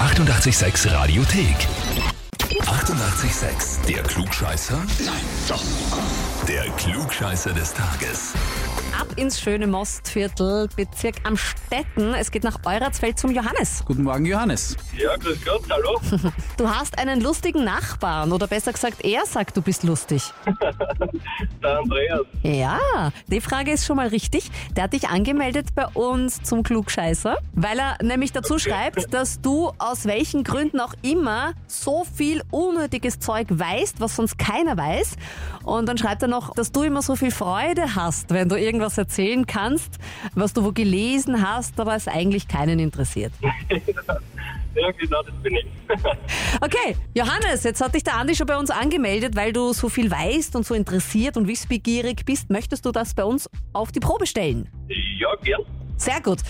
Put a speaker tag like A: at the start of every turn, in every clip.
A: 886 Radiothek. 88,6. Der Klugscheißer? Nein, doch. Der Klugscheißer des Tages.
B: Ab ins schöne Mostviertel, Bezirk Amstetten. Es geht nach Euratsfeld zum Johannes.
C: Guten Morgen, Johannes.
D: Ja, grüß Gott, hallo.
B: Du hast einen lustigen Nachbarn oder besser gesagt, er sagt, du bist lustig.
D: Der Andreas.
B: Ja, die Frage ist schon mal richtig. Der hat dich angemeldet bei uns zum Klugscheißer, weil er nämlich dazu schreibt, dass du aus welchen Gründen auch immer so viel unnötiges Zeug weißt, was sonst keiner weiß. Und dann schreibt er noch, dass du immer so viel Freude hast, wenn du irgendwas erzählen kannst, was du wo gelesen hast, aber es eigentlich keinen interessiert.
D: Ja, genau, das bin ich.
B: Okay, Johannes, jetzt hat dich der Andi schon bei uns angemeldet, weil du so viel weißt und so interessiert und wissbegierig bist. Möchtest du das bei uns auf die Probe stellen?
D: Ja, gern.
B: Sehr gut.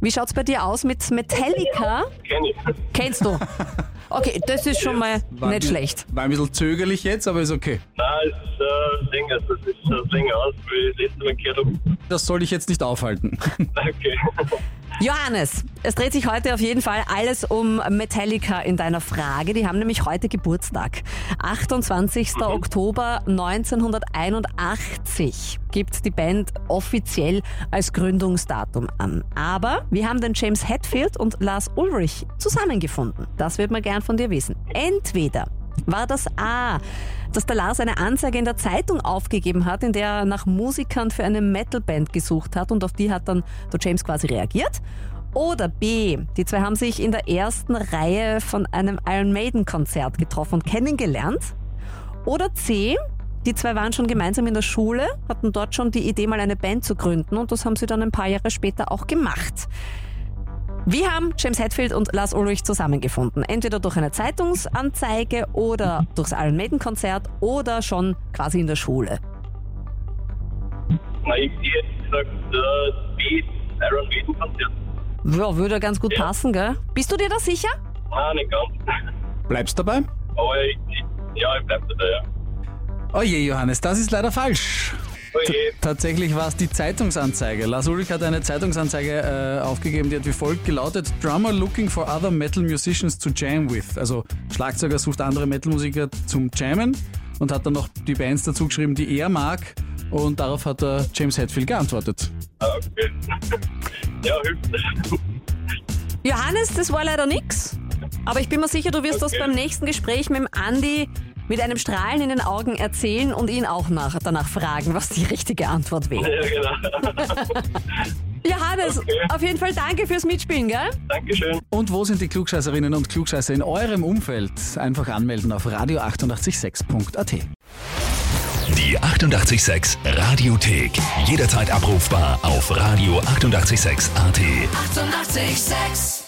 B: Wie schaut's bei dir aus mit Metallica?
D: Kenn ich.
B: Kennst du? Okay, das ist schon mal
C: War ein
B: nicht
C: bi-
B: schlecht.
C: War ein bisschen zögerlich jetzt, aber ist okay.
D: Nein, es ist äh, länger, das ist äh, länger aus, wie ich das letzte Mal gehört habe.
C: Das soll ich jetzt nicht aufhalten.
D: Okay.
B: Johannes, es dreht sich heute auf jeden Fall alles um Metallica in deiner Frage. Die haben nämlich heute Geburtstag. 28. Oktober 1981 gibt die Band offiziell als Gründungsdatum an. Aber wir haben den James Hetfield und Lars Ulrich zusammengefunden. Das wird man gern von dir wissen. Entweder war das A, dass der Lars eine Anzeige in der Zeitung aufgegeben hat, in der er nach Musikern für eine Metalband gesucht hat und auf die hat dann der James quasi reagiert. Oder B, die zwei haben sich in der ersten Reihe von einem Iron Maiden Konzert getroffen und kennengelernt. Oder C, die zwei waren schon gemeinsam in der Schule, hatten dort schon die Idee, mal eine Band zu gründen und das haben sie dann ein paar Jahre später auch gemacht. Wir haben James Hetfield und Lars Ulrich zusammengefunden. Entweder durch eine Zeitungsanzeige oder durchs Iron Maiden Konzert oder schon quasi in der Schule.
D: Na, ich hätte gesagt, äh, die Iron Maiden Konzert.
B: Ja, würde ganz gut
D: Ja.
B: passen, gell? Bist du dir da sicher?
D: Nein, nicht ganz.
C: Bleibst dabei?
D: Aber ich, ich, ja, ich bleib dabei, ja.
C: Oh je, Johannes, das ist leider falsch.
D: Okay.
C: Tatsächlich war es die Zeitungsanzeige. Lars Ulrich hat eine Zeitungsanzeige äh, aufgegeben, die hat wie folgt gelautet: Drummer looking for other metal musicians to jam with. Also Schlagzeuger sucht andere Metalmusiker zum Jammen und hat dann noch die Bands dazu geschrieben, die er mag. Und darauf hat der James Hetfield geantwortet.
D: Ah, okay. ja, hübsch.
B: Johannes, das war leider nix. Aber ich bin mir sicher, du wirst das
D: Okay.
B: beim nächsten Gespräch mit dem Andi mit einem Strahlen in den Augen erzählen und ihn auch nach, danach fragen, was die richtige Antwort wäre.
D: Ja, genau.
B: Johannes, auf jeden Fall danke fürs Mitspielen, gell?
D: Dankeschön.
C: Und wo sind die Klugscheißerinnen und Klugscheißer in eurem Umfeld? Einfach anmelden auf radio886.at.
A: Die 88,6 Radiothek. Jederzeit abrufbar auf radio886.at. 88,6.
E: Eighty-eight, sex.